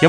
节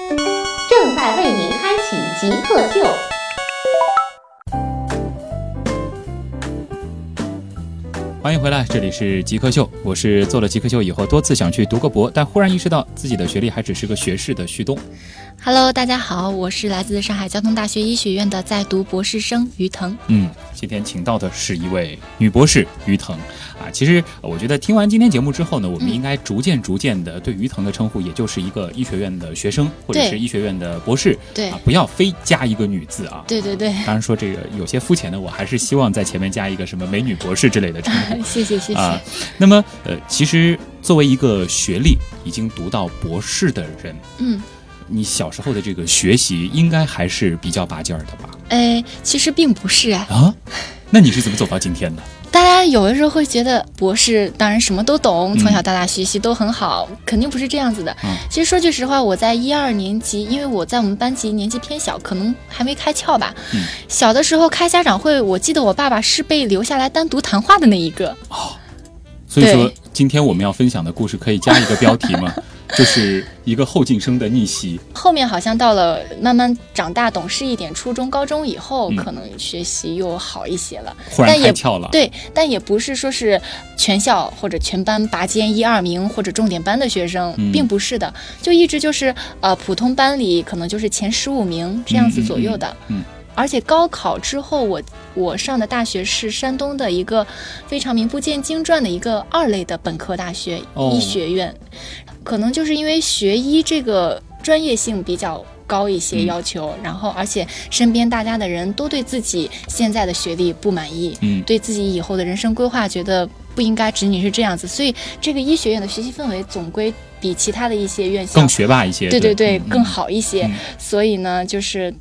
正在为您开启极客秀，欢迎回来，这里是极客秀，我是做了极客秀以后多次想去读个博，但忽然意识到自己的学历还只是个学士的旭东。 Hello，大家好，我是来自上海交通大学医学院的在读博士生于腾。嗯，今天请到的是一位女博士于腾啊。其实呃我觉得听完今天节目之后呢，我们应该逐渐逐渐的对于腾的称呼，也就是一个医学院的学生或者对是医学院的博士对啊，，不要非加一个女字啊。对对 对，当然说这个有些肤浅的，我还是希望在前面加一个什么美女博士之类的称呼。谢谢谢谢。啊、那么呃，其实作为一个学历已经读到博士的人，嗯，你小时候的这个学习应该还是比较拔尖儿的吧？哎，其实并不是哎，啊，那你是怎么走到今天的？大家有的时候会觉得博士当然什么都懂，嗯从小到大学习都很好，肯定不是这样子的。嗯其实说句实话，我在一二年级，因为我在我们班级年纪偏小，可能还没开窍吧。嗯小的时候开家长会，我记得我爸爸是被留下来单独谈话的那一个。所以对说，今天我们要分享的故事可以加一个标题 吗？就是一个后进生的逆袭。后面好像到了慢慢长大懂事一点，初中、高中以后，嗯啊可能学习又好一些了。忽然但也开窍了，对，但也不是说是全校或者全班拔尖一二名或者重点班的学生，嗯并不是的，就一直就是呃普通班里可能就是前十五名这样子左右的。嗯嗯而且高考之后，我我上的大学是山东的一个非常名不见经传的一个二类的本科大学、哦医学院，可能就是因为学医这个专业性比较高一些嗯要求，然后而且身边大家的人都对自己现在的学历不满意，嗯对自己以后的人生规划觉得不应该仅仅是这样子，所以这个医学院的学习氛围总归比其他的一些院校更。学霸一些。对对对，嗯更好一些。嗯所以呢，就是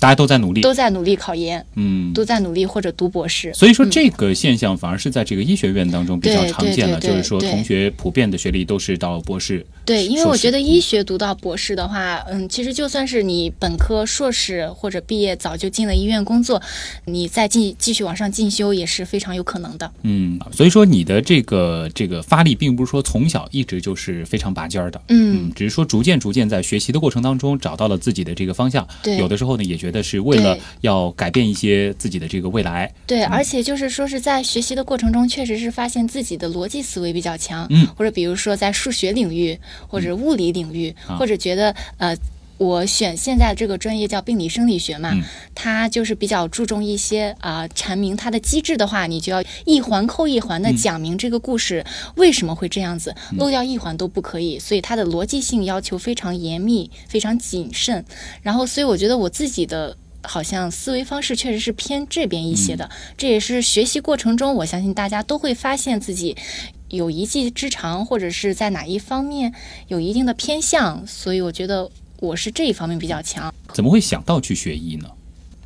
大家都在努力。都在努力考研，嗯，都在努力或者读博士。所以说嗯这个现象反而是在这个医学院当中比较对常对见对了，对就是说对同学普遍的学历都是到博士。对，因为硕我士嗯觉得医学读到博士的话，嗯，其实就算是你本科、硕士或者毕业早就进了医院工作，你再继继续往上进修也是非常有可能的。嗯，所以说你的这个这个发力，并不是说从小一直就是非常拔尖儿的。嗯，只是说逐渐逐渐在学习的过程当中找到了自己的这个方向，对有的时候呢也觉得是为了对要改变一些自己的这个未来，对，而且就是说是在学习的过程中，确实是发现自己的逻辑思维比较强，嗯或者比如说在数学领域，或者物理领域，啊或者觉得呃。我选现在这个专业叫病理生理学嘛，嗯它就是比较注重一些啊、阐明它的机制的话，你就要一环扣一环嗯的讲明这个故事为什么会这样子，漏掉一环都不可以，所以它的逻辑性要求非常严密，非常谨慎。然后，所以我觉得我自己的好像思维方式确实是偏这边一些的，这也是学习过程中，我相信大家都会发现自己有一技之长，或者是在哪一方面有一定的偏向，所以我觉得我是这一方面比较强。怎么会想到去学医呢？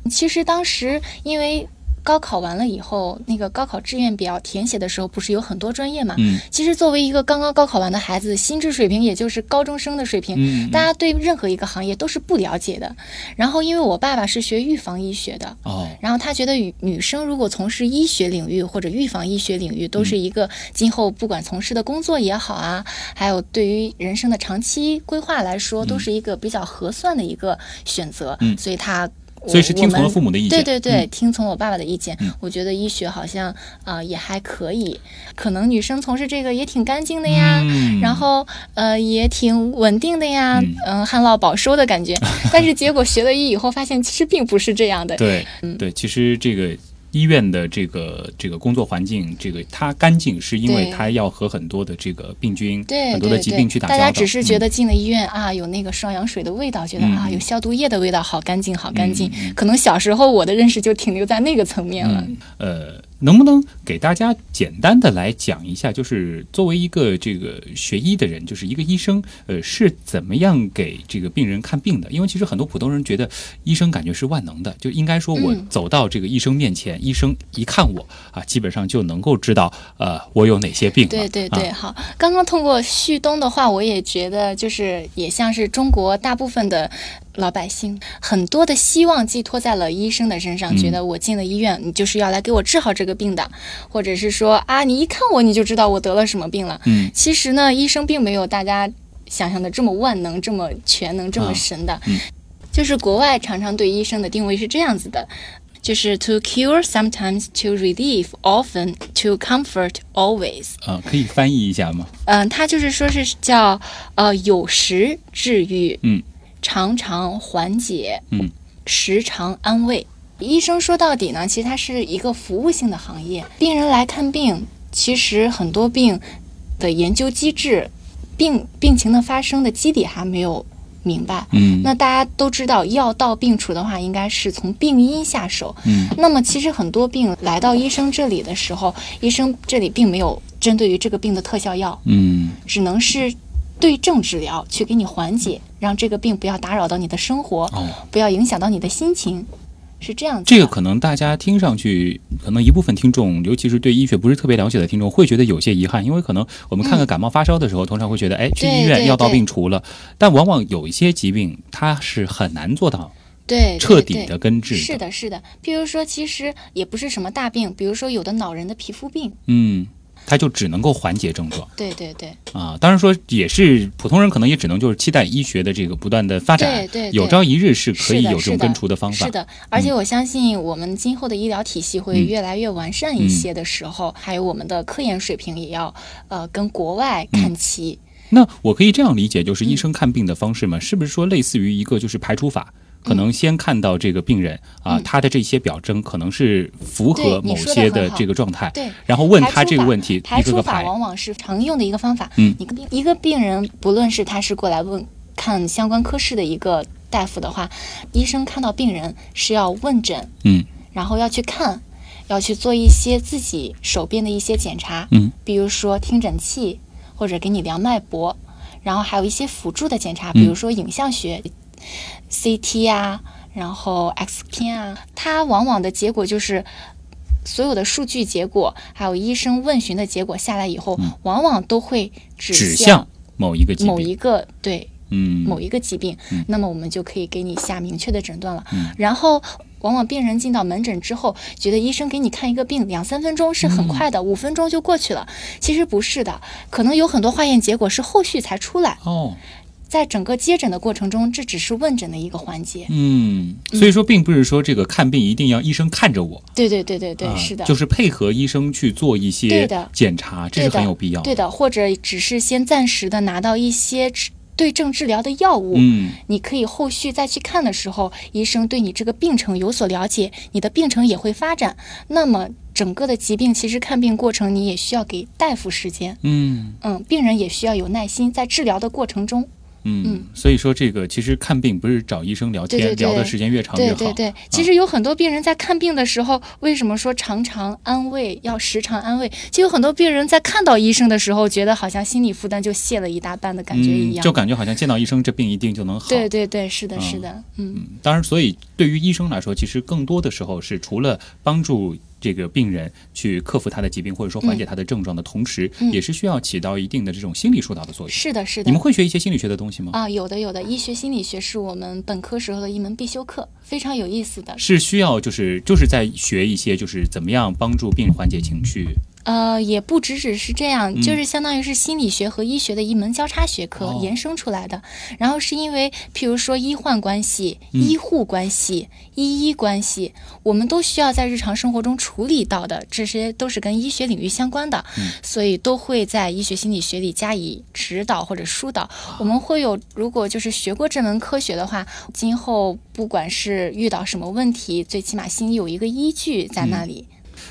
其实当时因为高考完了以后，那个高考志愿表填写的时候，不是有很多专业嘛？嗯其实作为一个刚刚高考完的孩子，心智水平也就是高中生的水平，嗯，大家对任何一个行业都是不了解的。然后因为我爸爸是学预防医学的，哦，然后他觉得女女生如果从事医学领域或者预防医学领域，都嗯是一个今后不管从事的工作也好啊，还有对于人生的长期规划来说，都是一个比较合算的一个选择。嗯所以他。我所以是听从我了们父母的意见，对对对，听从我爸爸的意见，嗯我觉得医学好像啊、呃也还可以，可能女生从事这个也挺干净的呀，嗯然后呃也挺稳定的呀，嗯嗯、旱涝保收的 感觉。但是结果学了医以后，发现其实并不是这样的。 对嗯对，其实这个。医院的这个这个工作环境，这个它干净，是因为对它要和很多的这个病菌、对很多的对对，疾病去打交大道。家只是觉嗯得进了医院、啊，有那个双氧水的味道，觉得、嗯啊有消毒液的味道，好干净，好干净。嗯嗯可能小时候我的认识就停留在那个层面了。嗯、呃，能不能给大家简单的来讲一下，就是作为一个这个学医的人，就是一个医生，呃，是怎么样给这个病人看病的？因为其实很多普通人觉得医生感觉是万能的，就应该说我嗯走到这个医生面前，医生一看我啊，基本上就能够知道呃我有哪些病了。对对啊对，好。刚刚通过旭东的话，我也觉得就是也像是中国大部分的老百姓，很多的希望寄托在了医生的身上，嗯觉得我进了医院，你就是要来给我治好这个病的，或者是说啊，你一看我你就知道我得了什么病了。嗯其实呢，医生并没有大家想象的这么万能、这么全能、这么神的。嗯 就是国外常常对医生的定位是这样子的，就是 to cure sometimes to relieve often to comfort always。啊、可以翻译一下吗？嗯，它就是说是叫呃有时治愈，嗯，常常缓解，嗯，时常安慰。医生说到底呢，其实它是一个服务性的行业，病人来看病，其实很多病的研究机制、病病情的发生的基底还没有明白。嗯那大家都知道，药到病除的话，应该是从病因下手。嗯那么其实很多病来到医生这里的时候，医生这里并没有针对于这个病的特效药，嗯只能是对症治疗，去给你缓解，让这个病不要打扰到你的生活，哦。不要影响到你的心情，是这样子的。这个可能大家听上去，可能一部分听众，尤其是对医学不是特别了解的听众，会觉得有些遗憾，因为可能我们看看感冒发烧的时候，通常会觉得，哎，去对医院对药到对病除了，但往往有一些疾病，它是很难做到对彻底的对根治对是，的，是的。譬如说，其实也不是什么大病，比如说有的老人的皮肤病，嗯，它就只能够缓解症状对对对，啊。当然说，也是普通人可能也只能就是期待医学的这个不断的发展，对对对有朝一日是可以是有的这种是的根除的方法，嗯是的，而且我相信我们今后的医疗体系会越来越完善嗯一些的时候，还有我们的科研水平也要呃跟国外嗯看齐。那我可以这样理解，就是嗯医生看病的方式吗？是不是说类似于一个就是排除法？可能先看到这个病人啊，嗯他的这些表征可能是符合对某你说得些的很好这个状态，对，然后问他这个问题，排一个除个法排。往往是常用的一个方法。嗯你个病一个病人，不论是他是过来问看相关科室的一个大夫的话，医生看到病人是要问诊，嗯，然后要去看，要去做一些自己手边的一些检查，嗯，比如说听诊器或者给你量脉搏，然后还有一些辅助的嗯检查，比如说影像学、CT 啊，然后 X 片啊，它往往的结果就是。所有的数据结果，还有医生问询的结果下来以后，往往都会嗯指指向某一个疾某病，一个对嗯某一个疾病，那么我们就可以给你下明确的诊断了。嗯然后，往往病人进到门诊之后，觉得医生给你看一个病两三分钟是嗯很快的，五、分钟就过去了。其实不是的，可能有很多化验结果是后续才出来，哦，在整个接诊的过程中，这只是问诊的一个环节。嗯，所以说并不是说这个看病一定要医生看着我，对对对对对，啊是的。就是配合医生去做一些对的检查，这对是的，很有必要对的，或者只是先暂时的拿到一些治对症治疗的药物，嗯你可以后续再去看的时候，医生对你这个病程有所了解，你的病程也会发展。那么整个的疾病其实看病过程你也需要给大夫时间，嗯。嗯，病人也需要有耐心，在治疗的过程中，嗯，所以说这个其实看病不是找医生聊天，对对对聊的时间越长越对好。对对。其实有很多病人在看病的时候，为什么说常常安慰，要时常安慰？就有很多病人在看到医生的时候，觉得好像心理负担就卸了一大半的感觉一嗯，样。就感觉好像见到医生，这病一定就能好。对对对，是的，嗯是的，嗯嗯当然，所以对于医生来说，其实更多的时候是除了帮助这个病人去克服他的疾病，或者说缓解他的症状的同时，嗯也是需要起到一定的这种心理疏导的作用。是的，是的。你们会学一些心理学的东西吗？啊，有的有的，医学心理学是我们本科时候的一门必修课，非常有意思的。是需要就是就是在学一些就是怎么样帮助病人缓解情绪。呃，也不只只是这样，就嗯是相当于是心理学和医学的一门交叉学科哦延伸出来的。然后是因为，譬如说医患关系、嗯医护关系、医医关系，我们都需要在日常生活中处理到的，这些都是跟医学领域相关的，嗯所以都会在医学心理学里加以指导或者疏导。我们会有，如果就是学过这门科学的话，今后不管是遇到什么问题，最起码心里有一个依据在那里。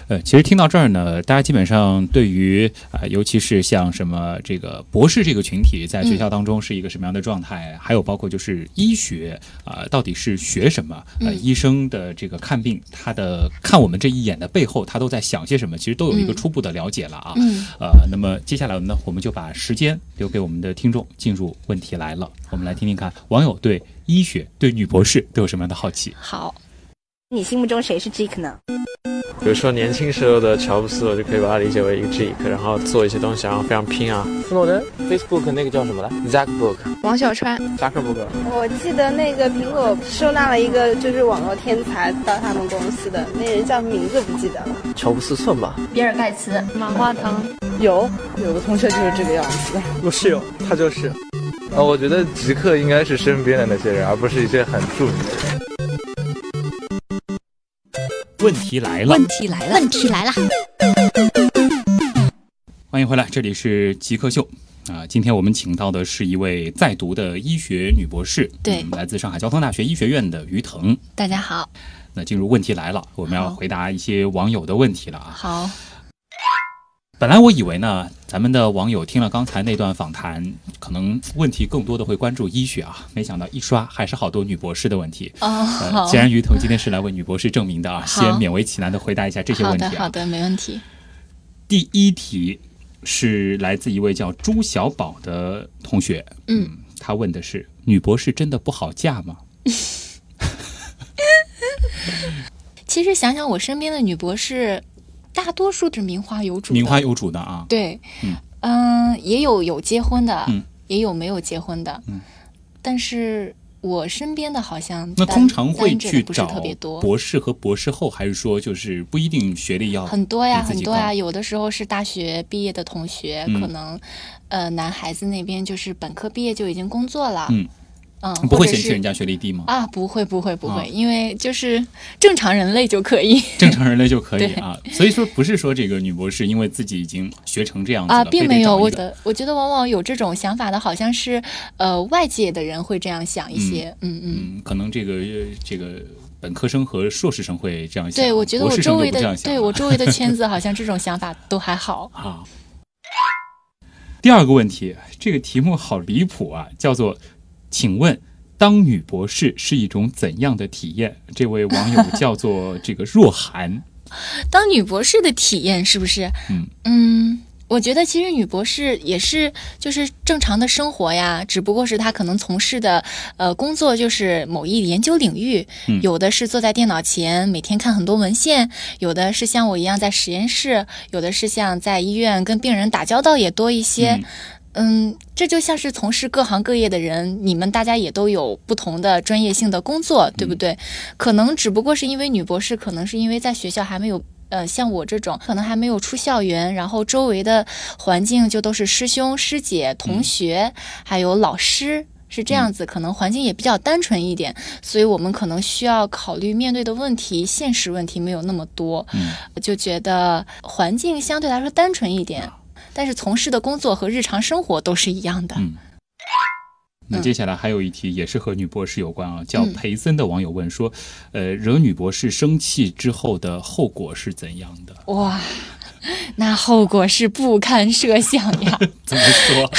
呃，其实听到这儿呢，大家基本上对于啊、呃尤其是像什么这个博士这个群体，在学校嗯当中是一个什么样的状态，还有包括就是医学啊、呃到底是学什么？呃，嗯医生的这个看病，他的看我们这一眼的背后，他都在想些什么，其实都有一个嗯初步的了解了啊。嗯，呃，那么接下来呢，我们就把时间留给我们的听众，进入问题来了。我们来听听看网友对医学、对女博士都有什么样的好奇。好，你心目中谁是 Jake 呢？比如说年轻时候的乔布斯，我就可以把它理解为一个 geek，然后做一些东西，然后非常拼啊。诺登，Facebook 那个叫什么来？Zackbook，王小川，扎克伯格。我记得那个苹果收纳了一个就是网络天才到他们公司的那人叫什么名字不记得了。乔布斯算吧。比尔盖茨，马化腾，有有个同学就是这个样子。我室友他就是呃，我觉得极客应该是身边的那些人，而不是一些很著名的人。问题来了，题来问题来了，欢迎回来，这里是极客秀啊、今天我们请到的是一位在读的医学女博士，对嗯来自上海交通大学医学院的于腾。大家好，那进入问题来了，我们要好回答一些网友的问题了啊。好，本来我以为呢，咱们的网友听了刚才那段访谈，可能问题更多的会关注医学啊，没想到一刷还是好多女博士的问题。哦，呃，好既，然于腾今天是来为女博士证明的啊，好先勉为其难的回答一下这些好问题的，啊。好的，没问题。第一题是来自一位叫朱小宝的同学，嗯，他问的是：女博士真的不好嫁吗？其实想想我身边的女博士，大多数是名花有主的，名花有主的啊，对，嗯嗯、也有有结婚的，嗯也有没有结婚的，嗯但是我身边的好像那单通常会单着的去不是找特别多，博士和博士后，还是说就是不一定学历要很多呀，啊比自很己多呀。高有的时候是大学毕业的同学，嗯可能，呃，男孩子那边就是本科毕业就已经工作了，嗯嗯，你不会或者嫌弃是人家学历低吗？啊，不会不会不会，啊因为就是正常人类就可以正常人类就可以对啊，所以说不是说这个女博士因为自己已经学成这样子了啊，非并得没有。找一我个觉得我觉得往往有这种想法的，好像是呃外界的人会这样想一些，嗯嗯嗯，可能这个呃这个本科生和硕士生会这样想，啊对，我觉得博我士周生就围不这的样想啊对了。我周围的圈子好像这种想法都还好啊。第二个问题，这个题目好离谱啊，叫做“请问当女博士是一种怎样的体验？”这位网友叫做这个若 涵，当女博士的体验是不是？嗯我觉得其实女博士也是就是正常的生活呀，只不过是她可能从事的呃工作就是某一研究领域，嗯有的是坐在电脑前每天看很多文献，有的是像我一样在实验室，有的是像在医院跟病人打交道也多一些。嗯嗯，这就像是从事各行各业的人，你们大家也都有不同的专业性的工作，对嗯不对？可能只不过是因为女博士，可能是因为在学校还没有。呃，像我这种可能还没有出校园，然后周围的环境就都是师兄、师姐、嗯同学，还有老师，是这样子，可能环境也比较单纯一点，所以我们可能需要考虑面对的问题、现实问题没有那么多，嗯就觉得环境相对来说单纯一点，啊但是从事的工作和日常生活都是一样的。嗯那接下来还有一题也是和女博士有关啊，叫嗯裴森的网友问说，呃，惹女博士生气之后的后果是怎样的？哇，那后果是不堪设想呀。怎么说？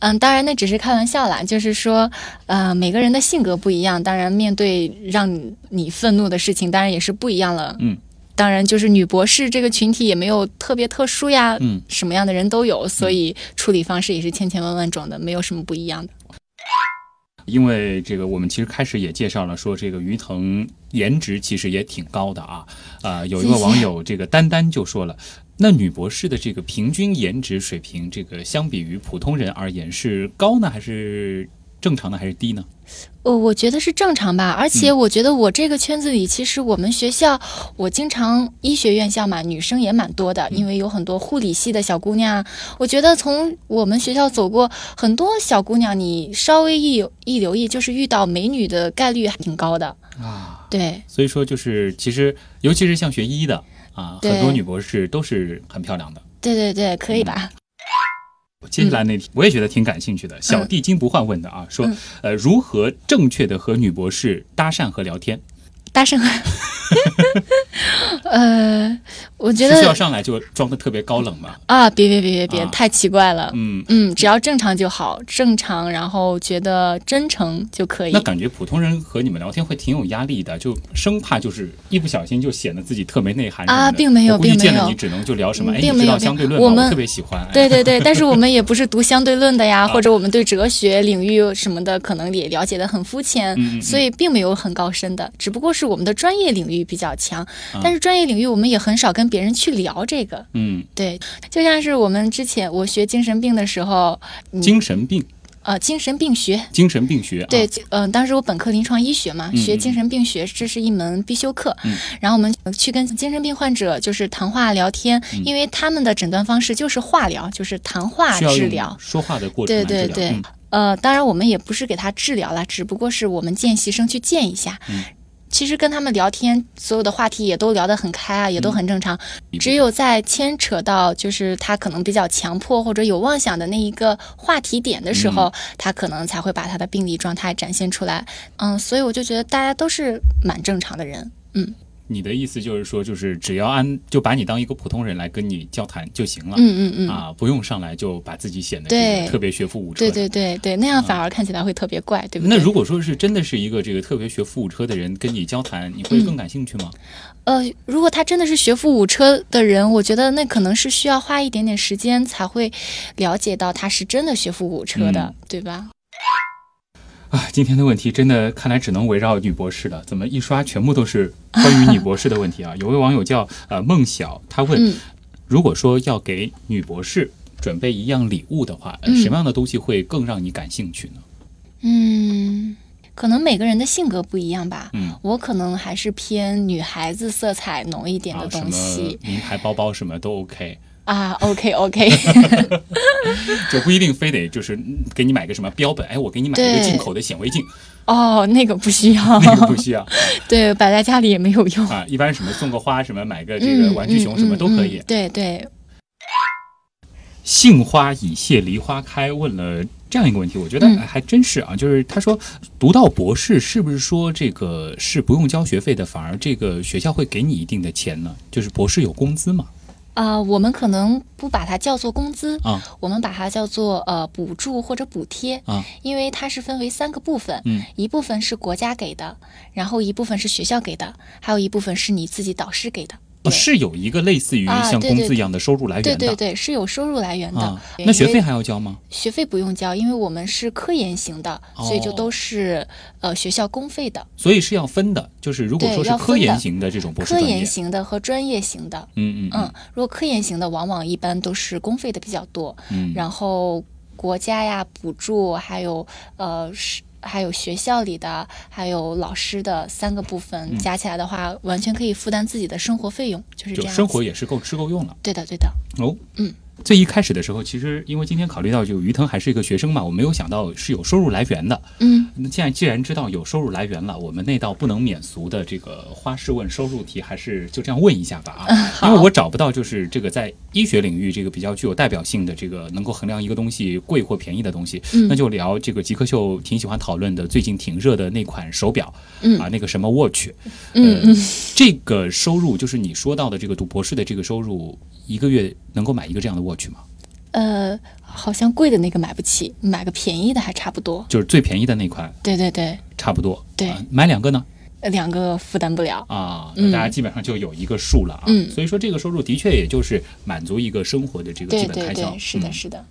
嗯，当然那只是开玩笑啦，就是说，呃，每个人的性格不一样，当然面对让你你愤怒的事情，当然也是不一样了。嗯，当然就是女博士这个群体也没有特别特殊呀，嗯，什么样的人都有，所以处理方式也是千千万万种的，没有什么不一样的。因为这个，我们其实开始也介绍了，说这个于腾颜值其实也挺高的啊。啊，有一个谢谢网友这个丹丹就说了，那女博士的这个平均颜值水平，这个相比于普通人而言是高呢，还是正常呢，还是低呢？呃，我觉得是正常吧，而且我觉得我这个圈子里，其实我们学校，我经常医学院校嘛，女生也蛮多的，因为有很多护理系的小姑娘啊。我觉得从我们学校走过很多小姑娘，你稍微一有一留意，就是遇到美女的概率还挺高的。啊，对， 所以说就是其实，尤其是像学医的啊，对很多女博士都是很漂亮的。对对对，可以吧？接下来那题我也觉得挺感兴趣的，小弟金不换问的啊，说嗯呃如何正确的和女博士搭讪和聊天？大声。啊 呃，我觉是需要得上来就装的特别高冷吗？啊，别别别别别，啊太奇怪了。嗯，嗯，只要正常就好，正常，然后觉得真诚就可以那。感觉普通人和你们聊天会挺有压力的，就生怕就是一不小心就显得自己特没内涵什么的啊并没有我估计并没见了有你只能就聊什么，嗯哎，并你没知有道相对论吗？我我们特别喜欢。哎对对对，但是我们也不是读相对论的 呀，啊或者我们对哲学领域什么的可能也了解的很肤浅，嗯嗯嗯所以并没有很高深的，只不过是我们的专业领域比较强，啊但是专业领域我们也很少跟别人去聊这个。嗯，对，就像是我们之前我学精神病的时候，嗯精神病，呃，精神病学，精神病学啊，对，嗯、当时我本科临床医学嘛，嗯学嗯精神病学，这是一门必修课。嗯然后我们去跟精神病患者就是谈话聊天，嗯因为他们的诊断方式就是化疗，就是谈话需要治用疗。说话的过程来对治疗。对对嗯啊呃，当然我们也不是给他治疗啦，只不过是我们见习生去见一下。嗯其实跟他们聊天，所有的话题也都聊得很开嗯啊，也都很正常。一部只有在牵扯到就是他可能比较强迫或者有妄想的那一个话题点的时候，嗯他可能才会把他的病理状态展现出来。嗯，所以我就觉得大家都是蛮正常的人。你的意思就是说，就是只要按就把你当一个普通人来跟你交谈就行了。嗯嗯嗯，啊，不用上来就把自己显得对这个特别学富五车。对对对对，那样反而看起来会特别怪，对不对？啊那如果说是真的是一个这个特别学富五车的人跟你交谈，你会更感兴趣吗？呃，如果他真的是学富五车的人，我觉得那可能是需要花一点点时间才会了解到他是真的学富五车的，嗯对吧？啊，今天的问题真的看来只能围绕女博士了，怎么一刷全部都是关于女博士的问题 啊？有位网友叫呃孟晓，他问，嗯如果说要给女博士准备一样礼物的话，呃嗯什么样的东西会更让你感兴趣呢？嗯，可能每个人的性格不一样吧。嗯。我可能还是偏女孩子色彩浓一点的啊，什东么西名牌包包什么都 OK，啊。OK OK，就不一定非得就是嗯给你买个什么标本，哎，我给你买一个对进口的显微镜， 哦，那个不需要，那个不需要对，摆在家里也没有用。啊。一般什么送个花，什么买个这个玩具熊，什么都可以。嗯嗯嗯对对，杏花已谢梨花开问了这样一个问题，我觉得嗯哎还真是啊，就是他说读到博士是不是说这个是不用交学费的，反而这个学校会给你一定的钱呢？就是博士有工资嘛？啊、我们可能不把它叫做工资，啊我们把它叫做呃补助或者补贴，啊，因为它是分为三个部分，嗯，一部分是国家给的，然后一部分是学校给的，还有一部分是你自己导师给的。哦对是有一个类似于啊像对工对资一样的收入来对源对的对，是有收入来源的。啊。对那学因为费还要交吗？学费不用交，因为我们是科研型的，哦所以就都是呃学校公费的，所以是要分的，就是如果对说是要科分研的型的这种博士科专研业，型的和专业型的。嗯嗯嗯，如果科研型的，往往一般都是公费的比较多，嗯嗯，然后国家呀补助，还有呃是还有学校里的，还有老师的三个部分、嗯加起来的话，完全可以负担自己的生活费用，就是就这样子。生活也是够吃够用了。对的，对的，哦，嗯，最一开始的时候，其实因为今天考虑到就于腾还是一个学生嘛，我没有想到是有收入来源的。嗯那既然既然知道有收入来源了，我们那道不能免俗的这个花式问收入题，还是就这样问一下吧啊，嗯因为我找不到就是这个在医学领域这个比较具有代表性的这个能够衡量一个东西贵或便宜的东西，嗯那就聊这个极客秀挺喜欢讨论的最近挺热的那款手表嗯啊，那个什么 Watch，嗯呃嗯，这个收入就是你说到的这个读博士的这个收入，一个月能够买一个这样的 watch 吗？呃，好像贵的那个买不起，买个便宜的还差不多。就是最便宜的那款，对对对，差不多。对啊买两个呢呃两个负担不了。啊，嗯那大家基本上就有一个数了啊。嗯所以说这个收入的确也就是满足一个生活的这个对基本对开销。对，是的，嗯是的，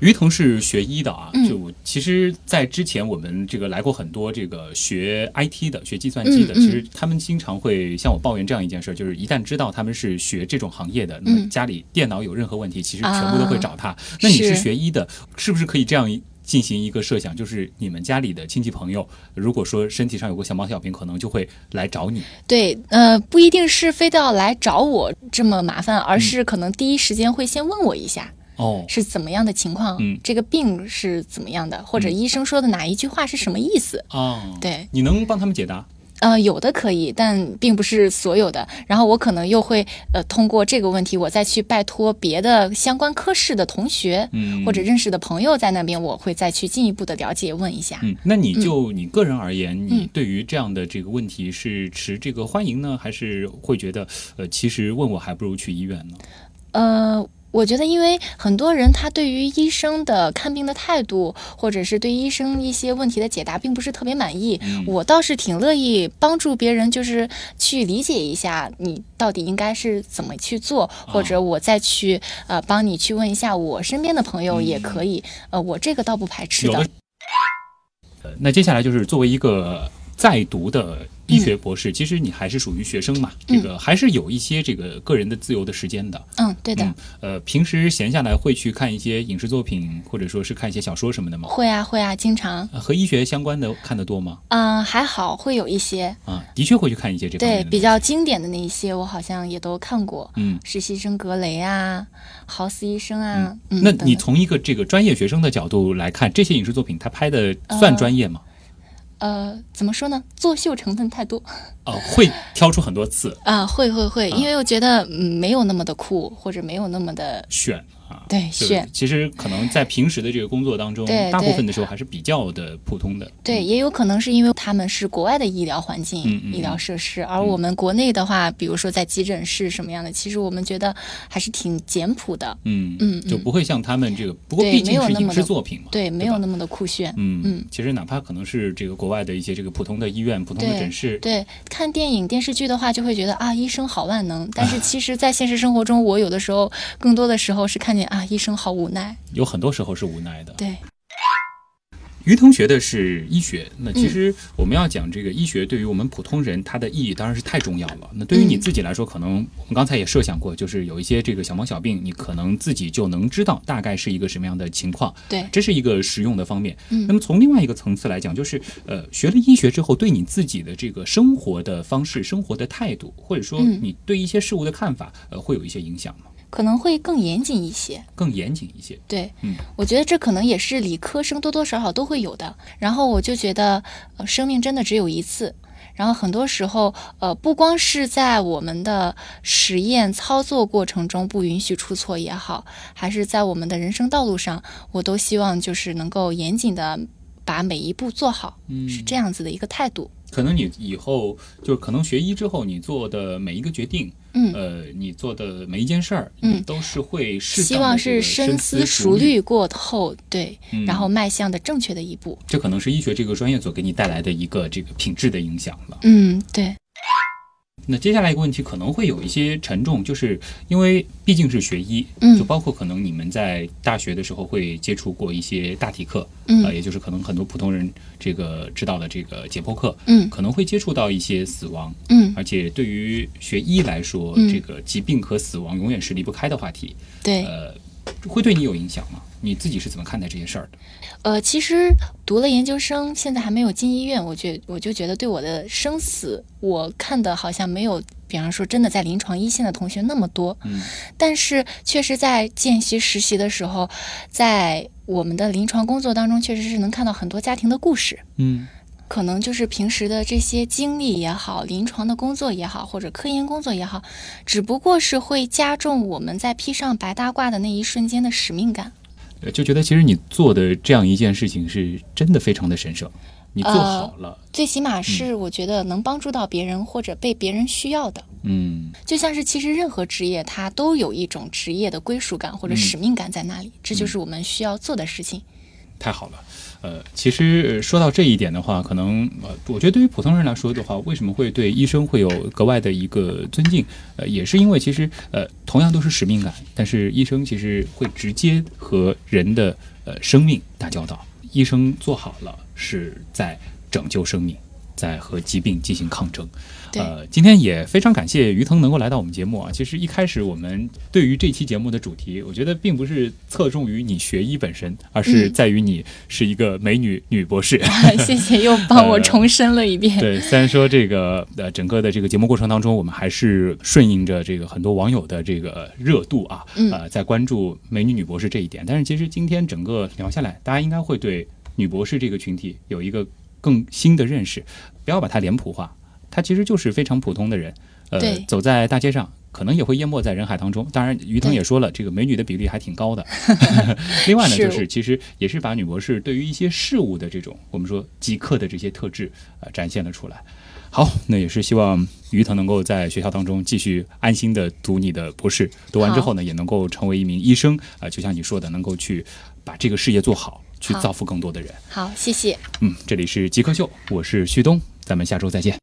于腾是学医的啊，嗯就其实，在之前我们这个来过很多这个学 IT 的、学计算机的，嗯嗯其实他们经常会向我抱怨这样一件事儿，就是一旦知道他们是学这种行业的，那么嗯啊家里电脑有任何问题，其实全部都会找他。那你是是学医的，是不是可以这样进行一个设想，就是你们家里的亲戚朋友，如果说身体上有个小毛小病，可能就会来找你。对，呃，不一定是非得要来找我这么麻烦，嗯而是可能第一时间会先问我一下，哦，是怎么样的情况，嗯这个病是怎么样的，或者嗯医生说的哪一句话是什么意思？哦，对，你能帮他们解答？呃，有的可以，但并不是所有的。然后我可能又会呃，通过这个问题，我再去拜托别的相关科室的同学，嗯或者认识的朋友在那边，我会再去进一步的了解，问一下。嗯，那你就你个人而言，你嗯对于这样的这个问题是持这个欢迎呢，还是会觉得呃，其实问我还不如去医院呢？呃，我觉得，因为很多人他对于医生的看病的态度，或者是对医生一些问题的解答，并不是特别满意。嗯我倒是挺乐意帮助别人，就是去理解一下你到底应该是怎么去做，或哦者我再去呃帮你去问一下我身边的朋友也可以。呃，我这个倒不排斥嗯有的的。呃那接下来就是作为一个在读的医学博士，其实你还是属于学生嘛，这个还是有一些这个个人的自由的时间的。嗯，对的。嗯，呃，平时闲下来会去看一些影视作品，或者说是看一些小说什么的吗？会啊，会啊，经常，呃和医学相关的看得多吗？嗯、还好会有一些，啊，的确会去看一些这方面对的。比较经典的那一些，我好像也都看过。嗯，实习生格雷啊，豪斯医生啊，嗯，那等你等从一个这个专业学生的角度来看，这些影视作品它拍的算专业吗？呃怎么说呢？作秀成分太多哦，会挑出很多次啊、会会会，啊因为我觉得、嗯、没有那么的酷，或者没有那么的选啊。对就是炫其实可能在平时的这个工作当中对，大部对分的时候还是比较的普通的。对，也有可能是因为他们是国外的医疗环境、嗯嗯医疗设施，而我们国内的话，比如说在急诊室什么样的，其实我们觉得还是挺简朴的，嗯嗯就嗯不会像他们这个，不过对毕没竟有是那影么视的作品嘛，对，没有吧那么的酷炫。嗯嗯其实哪怕可能是这个国外的一些这个普通的医院、普通的对诊室，对，看电影、电视剧的话，就会觉得啊，医生好万能。但是其实，在现实生活中，我有的时候，更多的时候是看见啊，医生好无奈。有很多时候是无奈的。对，于同学的是医学，那嗯其实我们要讲这个医学对于我们普通人它的意义当然是太重要了。那对于嗯你自己来说，可能我们刚才也设想过，就是有一些这个小毛小病，你可能自己就能知道大概是一个什么样的情况，对，这是一个实用的方面。嗯那么从另外一个层次来讲，就是呃，学了医学之后，对你自己的这个生活的方式、生活的态度，或者说嗯你对一些事物的看法，呃，会有一些影响吗？可能会更严谨一些。更严谨一些。对，嗯我觉得这可能也是理科生多多少少都会有的。然后我就觉得，呃，生命真的只有一次。然后很多时候，呃，不光是在我们的实验操作过程中不允许出错也好，还是在我们的人生道路上，我都希望就是能够严谨的把每一步做好，嗯是这样子的一个态度。可能你以后就是可能学医之后，你做的每一个决定，嗯呃，你做的每一件事儿，嗯你都是会适希当地望这是个深深思熟熟，虑过后，对，嗯然后迈向的正确的一步。这可能是医学这个专业所给你带来的一个这个品质的影响了。嗯，对，那接下来一个问题可能会有一些沉重，就是因为毕竟是学医，嗯就包括可能你们在大学的时候会接触过一些大体课，嗯呃，也就是可能很多普通人这个知道的这个解剖课，嗯可能会接触到一些死亡，嗯，而且对于学医来说，嗯这个疾病和死亡永远是离不开的话题。对。呃，会对你有影响吗？你自己是怎么看待这些事儿的？呃，其实读了研究生，现在还没有进医院，我觉我就觉得对我的生死，我看的好像没有，比方说真的在临床一线的同学那么多。嗯，但是确实在见习实习的时候，在我们的临床工作当中，确实是能看到很多家庭的故事。嗯可能就是平时的这些经历也好，临床的工作也好，或者科研工作也好，只不过是会加重我们在披上白大褂的那一瞬间的使命感。呃就觉得其实你做的这样一件事情是真的非常的神圣，你做呃好了，最起码是我觉得能帮助到别人或者被别人需要的，嗯就像是其实任何职业它都有一种职业的归属感或者嗯使命感在那里，这就是我们需要做的事情。 太好了。呃，其实呃说到这一点的话，可能呃，我觉得对于普通人来说的话，为什么会对医生会有格外的一个尊敬？呃，也是因为其实呃，同样都是使命感，但是医生其实会直接和人的呃生命打交道。医生做好了是在拯救生命，在和疾病进行抗争。对呃，今天也非常感谢于腾能够来到我们节目啊。其实一开始我们对于这期节目的主题，我觉得并不是侧重于你学医本身，而是嗯在于你是一个美女女博士。谢谢又帮我重申了一遍。对，虽然说这个呃整个的这个节目过程当中，我们还是顺应着这个很多网友的这个热度啊，嗯呃，在关注美女女博士这一点。但是其实今天整个聊下来，大家应该会对女博士这个群体有一个更新的认识，不要把它脸谱化。他其实就是非常普通的人，呃对，走在大街上。可能也会淹没在人海当中。当然，于腾也说了，这个美女的比例还挺高的。另外呢，是就是其实也是把女博士对于一些事物的这种我们说极客的这些特质呃展现了出来。好，那也是希望于腾能够在学校当中继续安心的读你的博士，读完之后呢，也能够成为一名医生啊、呃就像你说的，能够去把这个事业做好，去好造福更多的人。好，谢谢。嗯，这里是极客秀，我是旭东，咱们下周再见。